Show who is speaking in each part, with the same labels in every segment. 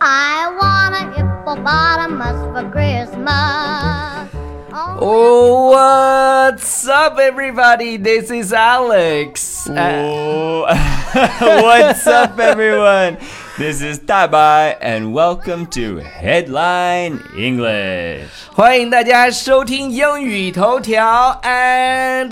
Speaker 1: I want a hippopotamus for Christmas. Oh,
Speaker 2: Oh. What's up, everybody? This is Alex. Uh, what's up, everyone? This is Tabai, and welcome to Headline English. 欢迎大家收听英语头条，and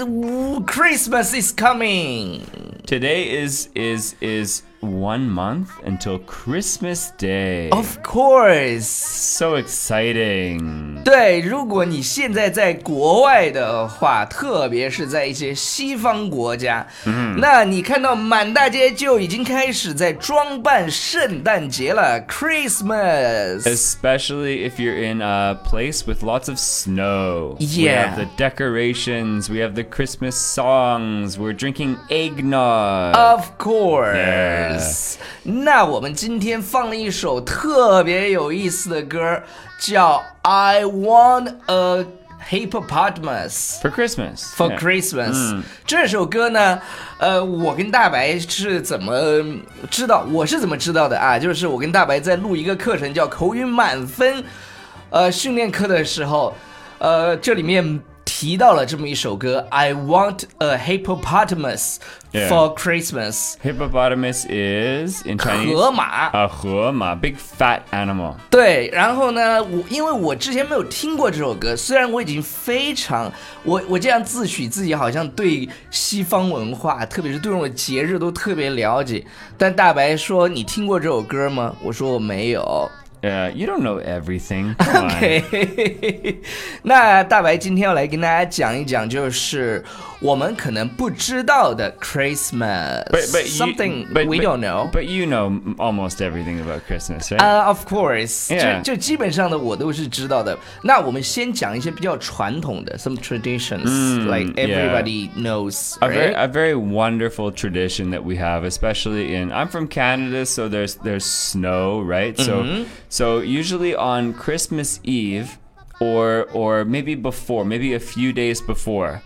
Speaker 2: Christmas is coming.
Speaker 3: Today is is is one month until Christmas Day.
Speaker 2: Of course.
Speaker 3: so exciting!
Speaker 2: 对，如果你现在在国外的话，特别是在一些西方国家，嗯，那你看到满大街就已经开始在装扮圣诞节了，Christmas。
Speaker 3: Especially if you're in a place with lots of snow. We
Speaker 2: Yeah.
Speaker 3: have the decorations, we have the Christmas songs, we're drinking eggnog.
Speaker 2: Of course，、那我们今天放了一首特别有意思的歌，叫《I Want a Hippopotamus》。
Speaker 3: for Christmas.
Speaker 2: For
Speaker 3: Yeah. Mm.
Speaker 2: Christmas、这首歌呢，呃，我跟大白是怎么知道？我是怎么知道的啊？就是我跟大白在录一个课程叫口语满分，呃，训练课的时候，呃，这里面提到了这么一首歌，I want a hippopotamus
Speaker 3: Yeah.
Speaker 2: for Christmas，、
Speaker 3: Hippopotamus is in Chinese
Speaker 2: 河马。
Speaker 3: a 河马, big fat animal.
Speaker 2: 对，然后呢，我因为我之前没有听过这首歌，虽然我已经非常，我我这样自诩自己好像对西方文化，特别是对这种节日都特别了解，但大白说你听过这首歌吗？我说我没有。
Speaker 3: Uh, you don't know everything. Come on.
Speaker 2: OK，那大白今天要来跟大家讲一讲，就是我们可能不知道的 Christmas，
Speaker 3: But but you-
Speaker 2: something
Speaker 3: but-
Speaker 2: we
Speaker 3: but-
Speaker 2: don't know。Uh,
Speaker 3: But you know m- almost everything about Christmas, right?
Speaker 2: 呃、o f course，
Speaker 3: Yeah.
Speaker 2: 就就基本上的我都是知道的。那我们先讲一些比较传统的，some traditions，like、
Speaker 3: Mm， yeah.
Speaker 2: everybody knows，
Speaker 3: a very,
Speaker 2: right？
Speaker 3: a very wonderful tradition that we have, especially in. I'm from Canada, so there's there's snow, right?
Speaker 2: Mm-hmm.
Speaker 3: So so usually on Christmas Eve, or or maybe before, maybe a few days before,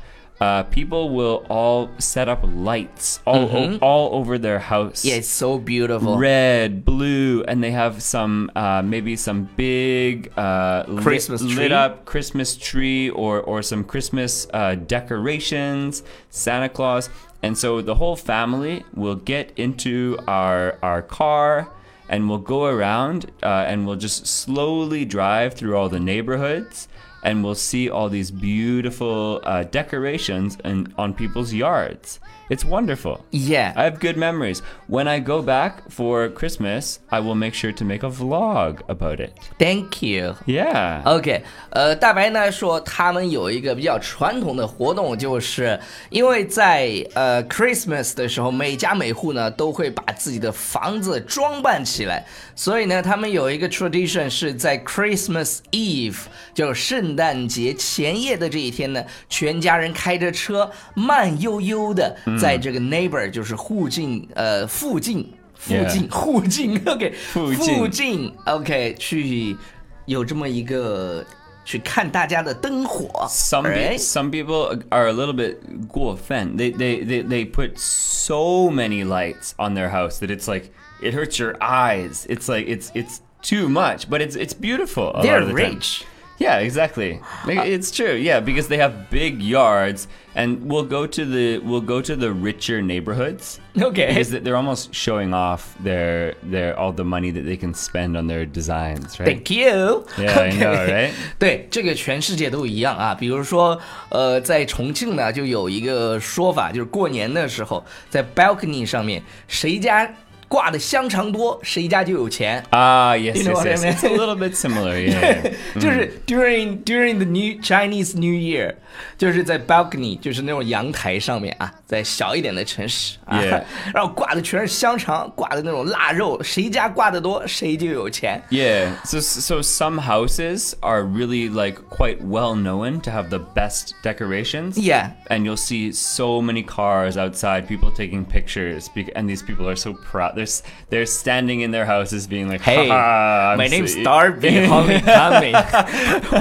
Speaker 3: uh, people will all set up lights all
Speaker 2: Mm-hmm.
Speaker 3: o- all over their house.
Speaker 2: Yeah, it's so beautiful.
Speaker 3: Red, blue, and they have some uh, maybe some big uh, lit-
Speaker 2: Christmas
Speaker 3: lit,
Speaker 2: tree?
Speaker 3: up Christmas tree or or some Christmas uh, decorations, Santa Claus, and so the whole family will get into our our car and we'll go around uh, and we'll just slowly drive through all the neighborhoods. And we'll see all these beautiful uh, decorations and on people's yards. It's wonderful.
Speaker 2: Yeah.
Speaker 3: I have good memories. When I go back for Christmas, I will make sure to make a vlog about it.
Speaker 2: Thank you.
Speaker 3: Yeah.
Speaker 2: OK，呃，大白呢说他们有一个比较传统的活动，就是因为在呃 Christmas 的时候，每家每户呢都会把自己的房子装扮起来，所以呢，他们有一个 tradition 是在 Christmas Eve，就是圣诞节前夜的这一天呢，全家人开着车慢悠悠的在这个 neighbor，、就是附近呃附近。附 近，附近，OK，
Speaker 3: 附近
Speaker 2: 附近，OK，去有这么一个去看大家的灯火
Speaker 3: Some
Speaker 2: right?
Speaker 3: pe- some people are a little bit 过分. They, they they they put so many lights on their house that it's like it hurts your eyes. It's like it's it's too much, but it's it's beautiful. a lot
Speaker 2: They're
Speaker 3: of the time.
Speaker 2: rich. Uh,
Speaker 3: Yeah, exactly. Like, It's true. Yeah, because they have big yards, and we'll go to the we'll go to the richer neighborhoods.
Speaker 2: Okay.
Speaker 3: because they- they're almost showing off their their all the money that they can spend on their designs, right?
Speaker 2: Thank you.
Speaker 3: Yeah, I know,
Speaker 2: OK
Speaker 3: right?
Speaker 2: 对，这个全世界都一样啊。比如说，呃，在重庆呢，就有一个说法，就是过年的时候，在 balcony 上面，谁家挂的香肠多，谁家就有钱。
Speaker 3: Ah, yes,
Speaker 2: You know
Speaker 3: yes,
Speaker 2: what I
Speaker 3: yes.
Speaker 2: mean?
Speaker 3: It's a little bit similar. Yeah.
Speaker 2: 就是
Speaker 3: 嗯
Speaker 2: during during the new Chinese New Year，就是在 balcony，就是那种阳台上面啊，在小一点的城市啊
Speaker 3: Yeah.
Speaker 2: 然后挂的全是香肠，挂的那种腊肉，谁家挂的多，谁就有钱。
Speaker 3: Yeah. So so some houses are really like quite well known to have the best decorations.
Speaker 2: Yeah.
Speaker 3: And you'll see so many cars outside, people taking pictures, bec- and these people are so proud. They're s- they're standing in their houses, being like,
Speaker 2: Hey,
Speaker 3: "Ha, I'm
Speaker 2: my name's
Speaker 3: so-"
Speaker 2: Darby Homecoming.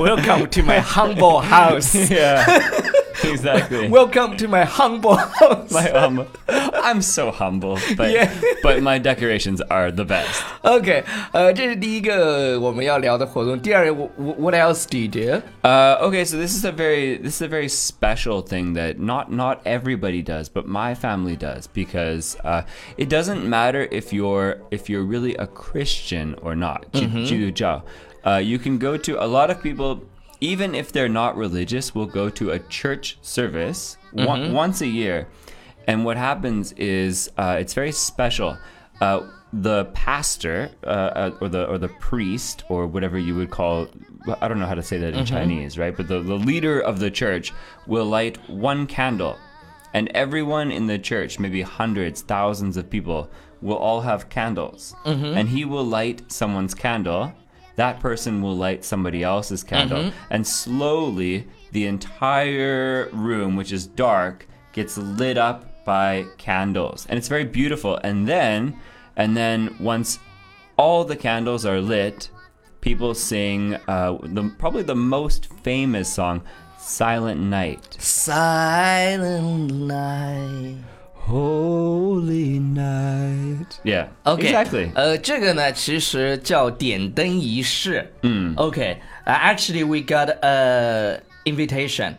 Speaker 2: Welcome to my humble house.
Speaker 3: yeah. exactly.
Speaker 2: Welcome to my humble house.
Speaker 3: My, um, I'm so humble, but
Speaker 2: Yeah.
Speaker 3: but my decorations are the best.
Speaker 2: OK，呃，这是第一个我们要聊的活动。第二我我，What else do you do？
Speaker 3: Uh, okay, so this is a very this is a very special thing that not not everybody does, but my family does because uh, it doesn't matter if you're if you're really a Christian or not. Ji- jiu-jiao. Uh, you can go to a lot of people, even if they're not religious, will go to a church service on- once a year, and what happens is uh, it's very special. Uh, the pastor uh, uh, or the or the priest or whatever you would call well, I don't know how to say that in Chinese, right? But the, the leader of the church will light one candle, and everyone in the church, maybe hundreds, thousands of people, will all have candles, and he will light someone's candle. That person will light somebody else's candle, and slowly the entire room, which is dark, gets lit up by candles and it's very beautiful and then and then once all the candles are lit people sing uh, the, probably the most famous song silent night
Speaker 2: Silent night。
Speaker 3: holy night yeah
Speaker 2: OK，
Speaker 3: exactly
Speaker 2: 呃，这个呢，其实叫点灯仪式。嗯，OK，actually、we got a invitation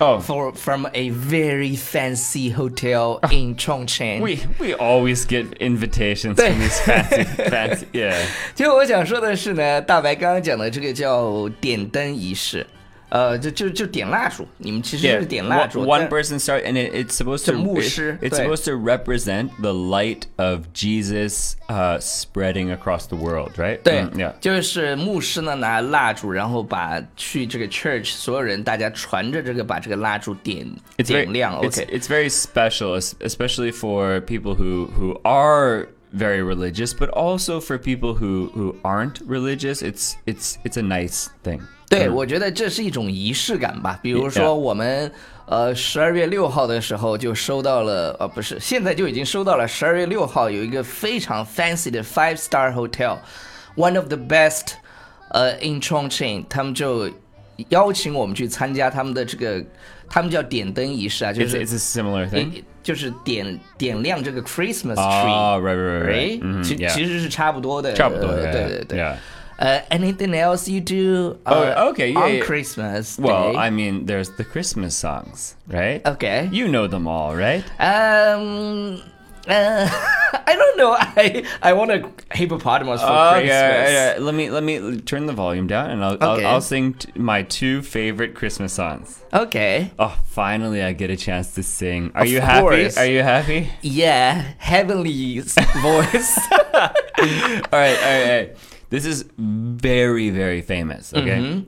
Speaker 3: oh
Speaker 2: for from a very fancy hotel in Chongqing。
Speaker 3: we we always get invitations
Speaker 2: Thank-
Speaker 3: from these fancy fancy yeah
Speaker 2: 其实我想说的是呢，大白刚刚讲的这个叫点灯仪式，呃，就就就点蜡烛，你们其实就是点蜡
Speaker 3: one-
Speaker 2: 烛。但
Speaker 3: One person start, and it, it's supposed
Speaker 2: 这
Speaker 3: to
Speaker 2: 牧师，
Speaker 3: it- it's
Speaker 2: 对。
Speaker 3: supposed to represent the light of Jesus uh, spreading across the world, right?
Speaker 2: 对
Speaker 3: Mm, yeah.
Speaker 2: 就是牧师呢拿蜡烛，然后把去这个 church 所有人大家传着这个把这个蜡烛点
Speaker 3: It's very,
Speaker 2: 点亮。
Speaker 3: it's,
Speaker 2: OK，
Speaker 3: it's very special, es- especially for people who who are very religious, but also for people who who aren't religious. It's it's it's a nice thing. Mm.
Speaker 2: 对，我觉得这是一种仪式感吧。比如
Speaker 3: Yeah.
Speaker 2: 说我们呃十二月六号的时候就收到了，呃不是，现在就已经收到了十二月六号有一个非常 fancy 的 five star hotel，one of the best，呃 in Chongqing，他们就邀请我们去参加他们的这个，他们叫点灯仪式啊，就
Speaker 3: It's,
Speaker 2: 是
Speaker 3: it's a similar
Speaker 2: 点
Speaker 3: thing.
Speaker 2: 就是点点亮这个 Christmas
Speaker 3: Ah,
Speaker 2: tree，
Speaker 3: right, right, right,
Speaker 2: 哎
Speaker 3: right.，Mhm,
Speaker 2: 其
Speaker 3: yeah.
Speaker 2: 其实是差不多的，
Speaker 3: 差不多，
Speaker 2: 呃
Speaker 3: yeah,
Speaker 2: 对对对
Speaker 3: yeah.。
Speaker 2: Uh, anything else you do? Uh,
Speaker 3: Oh, okay, yeah,
Speaker 2: on
Speaker 3: yeah.
Speaker 2: Christmas.
Speaker 3: Well,
Speaker 2: day?
Speaker 3: I mean, there's the Christmas songs, right?
Speaker 2: okay.
Speaker 3: You know them all, right?
Speaker 2: um, uh, I don't know. I I want a hippopotamus for Christmas.
Speaker 3: Oh, yeah, Let me let me turn the volume down, and I'll
Speaker 2: Okay.
Speaker 3: I'll, I'll sing t- my two favorite Christmas songs.
Speaker 2: Okay.
Speaker 3: Oh, finally, I get a chance to sing. Are
Speaker 2: Of
Speaker 3: you happy?
Speaker 2: course.
Speaker 3: Are you happy?
Speaker 2: Yeah, heavenly voice.
Speaker 3: all right, all right, all right. This is very very famous. Okay.
Speaker 2: Mm-hmm.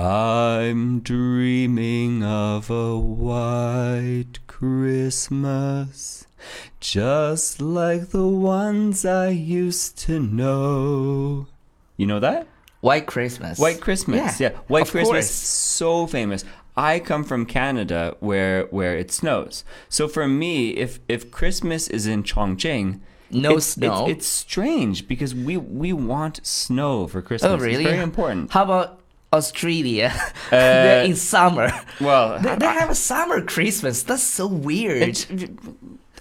Speaker 3: I'm dreaming of a white Christmas, just like the ones I used to know. You know that?
Speaker 2: White Christmas.
Speaker 3: White Christmas. Yeah, White
Speaker 2: of
Speaker 3: Christmas.
Speaker 2: course.
Speaker 3: So famous. I come from Canada, where where it snows. So for me, if if Christmas is in Chongqing.
Speaker 2: No
Speaker 3: it's,
Speaker 2: snow.
Speaker 3: It's, it's strange because we we want snow for Christmas.
Speaker 2: Oh, really?
Speaker 3: It's very important. Uh
Speaker 2: How about Australia? They're in summer.
Speaker 3: Well,
Speaker 2: They, they have a summer Christmas. That's so weird.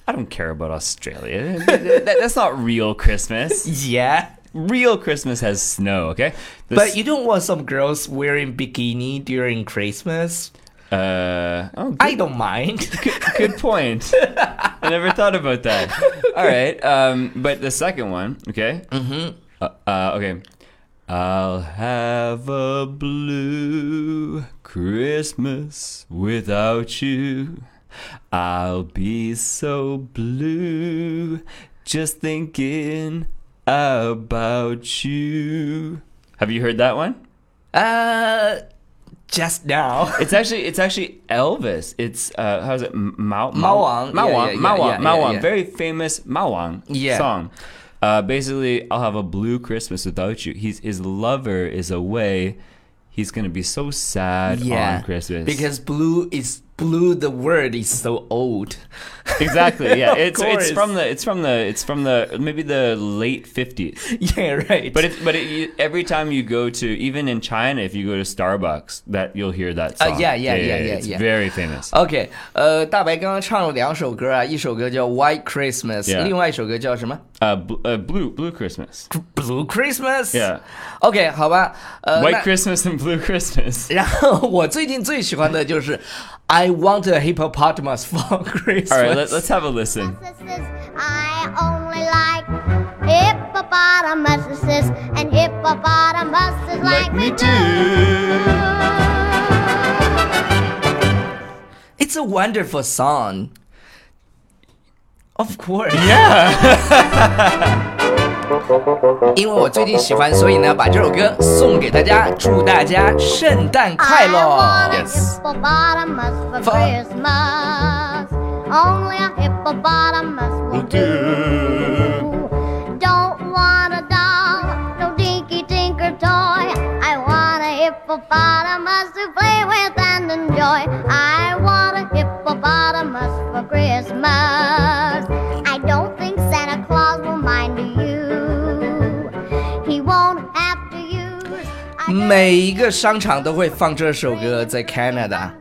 Speaker 3: I don't care about Australia. That- that's not real Christmas.
Speaker 2: Yeah.
Speaker 3: Real Christmas has snow. Okay, The
Speaker 2: But you don't want some girls wearing bikini during Christmas.
Speaker 3: Uh, oh, good,
Speaker 2: I don't mind.
Speaker 3: good point. I never thought about that. All right. Um, but the second one, okay? Mm-hmm. Uh, uh, okay. I'll have a blue Christmas without you. I'll be so blue just thinking about you. Have you heard that one?
Speaker 2: uh, just now.
Speaker 3: It's actually it's actually Elvis. It's uh how's it M- Mao
Speaker 2: Mawang. Yeah,
Speaker 3: Mao Mawang
Speaker 2: yeah, yeah,
Speaker 3: Mawang
Speaker 2: yeah, yeah,
Speaker 3: Mawang.
Speaker 2: yeah.
Speaker 3: Very famous Mawang
Speaker 2: Yeah.
Speaker 3: song. Uh, basically, I'll have a blue Christmas without you. He's his lover is away. He's gonna be so sad
Speaker 2: Yeah.
Speaker 3: on Christmas
Speaker 2: Because blue is blue the word is so old.
Speaker 3: Exactly. Yeah. It's it's
Speaker 2: course.
Speaker 3: from the it's from the it's from the maybe the late 50s.
Speaker 2: yeah, right.
Speaker 3: But it's but it, you, every time you go to even in China, if you go to Starbucks, that you'll hear that
Speaker 2: Uh,
Speaker 3: song.
Speaker 2: yeah, yeah, yeah, yeah,
Speaker 3: It's
Speaker 2: yeah.
Speaker 3: very famous.
Speaker 2: OK，呃，uh, 大白刚刚唱了两首歌啊，一首歌叫《White Christmas》，
Speaker 3: Yeah.
Speaker 2: 另外一首歌叫什么？
Speaker 3: Uh, bl- uh, blue blue Christmas,
Speaker 2: Blue Christmas。
Speaker 3: Yeah.
Speaker 2: OK，好吧，呃，
Speaker 3: white
Speaker 2: 那
Speaker 3: Christmas and blue Christmas.
Speaker 2: 然后 我最近最喜欢的就是 I want a hippopotamus for Christmas。
Speaker 3: All right, let, let's have a listen.
Speaker 1: Hippopotamuses, I only like hippopotamuses, and hippopotamuses like, me too.
Speaker 2: It's a wonderful song. Of course. Yeah. 因为我最近喜欢，所以呢，把这首歌送给大家，祝大家圣诞快
Speaker 1: I
Speaker 2: 乐
Speaker 1: want a
Speaker 3: Yes.
Speaker 1: hippopotamus for
Speaker 2: For-
Speaker 1: Christmas. Only a hippopotamus will do. Don't want a doll, no dinky tinker toy. I want a hippopotamus to play with and enjoy. I want a hippopotamus for Christmas. I don't think Santa Claus will mind you. He won't have to use. I
Speaker 2: 每一个商场都会放这首歌，在 Canada。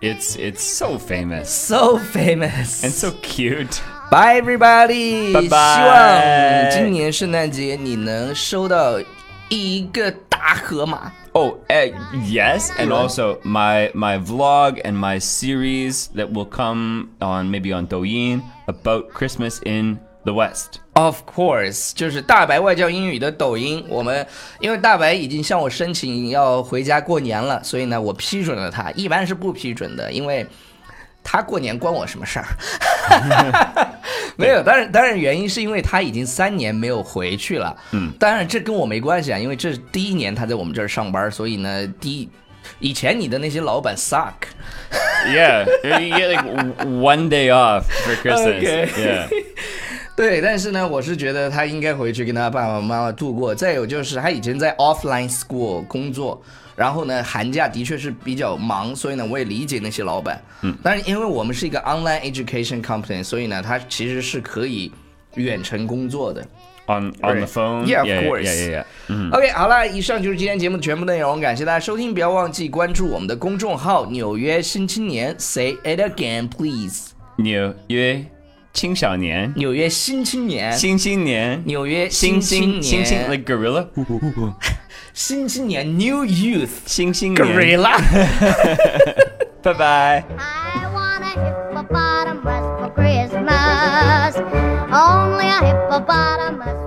Speaker 3: It's it's so famous
Speaker 2: So famous
Speaker 3: and so cute.
Speaker 2: Bye everybody，
Speaker 3: Bye bye
Speaker 2: 希望今年圣诞节你能收到一个大河马。
Speaker 3: Oh, uh, yes, and also my my vlog and my series that will come on maybe on Douyin about Christmas in the West.
Speaker 2: Of course，就是大白外教英语的抖音。我们因为大白已经向我申请要回家过年了，所以呢，我批准了他。一般是不批准的，因为他过年关我什么事儿？ 没有，当然，当然，原因是因为他已经三年没有回去了。嗯，当然这跟我没关系啊，因为这是第一年他在我们这儿上班，所以呢，第一以前你的那些老板 suck。
Speaker 3: Yeah, you get like w- one day off for Christmas.
Speaker 2: Okay.
Speaker 3: Yeah.
Speaker 2: 对，但是呢，我是觉得他应该回去跟他爸爸妈妈度过。再有就是他以前在 offline school 工作，然后呢，寒假的确是比较忙，所以呢，我也理解那些老板。嗯，但是因为我们是一个 online education company，所以呢，他其实是可以远程工作的。
Speaker 3: On on the
Speaker 2: Right.
Speaker 3: phone.
Speaker 2: Yeah, of
Speaker 3: yeah,
Speaker 2: course.
Speaker 3: Yeah, yeah, yeah.
Speaker 2: OK，好了，以上就是今天节目的全部内容，感谢大家收听，不要忘记关注我们的公众号《纽约新青年》，Say it again please，
Speaker 3: Mm-hmm. eh? 纽约青少年，
Speaker 2: 纽约新青年，
Speaker 3: 新青年，
Speaker 2: 纽约新青年，
Speaker 3: 新青新青 like gorilla
Speaker 2: 新青年 New Youth。
Speaker 3: 新青年，拜拜。
Speaker 1: I want a hippopotamus for Christmas. Only a hippopotamus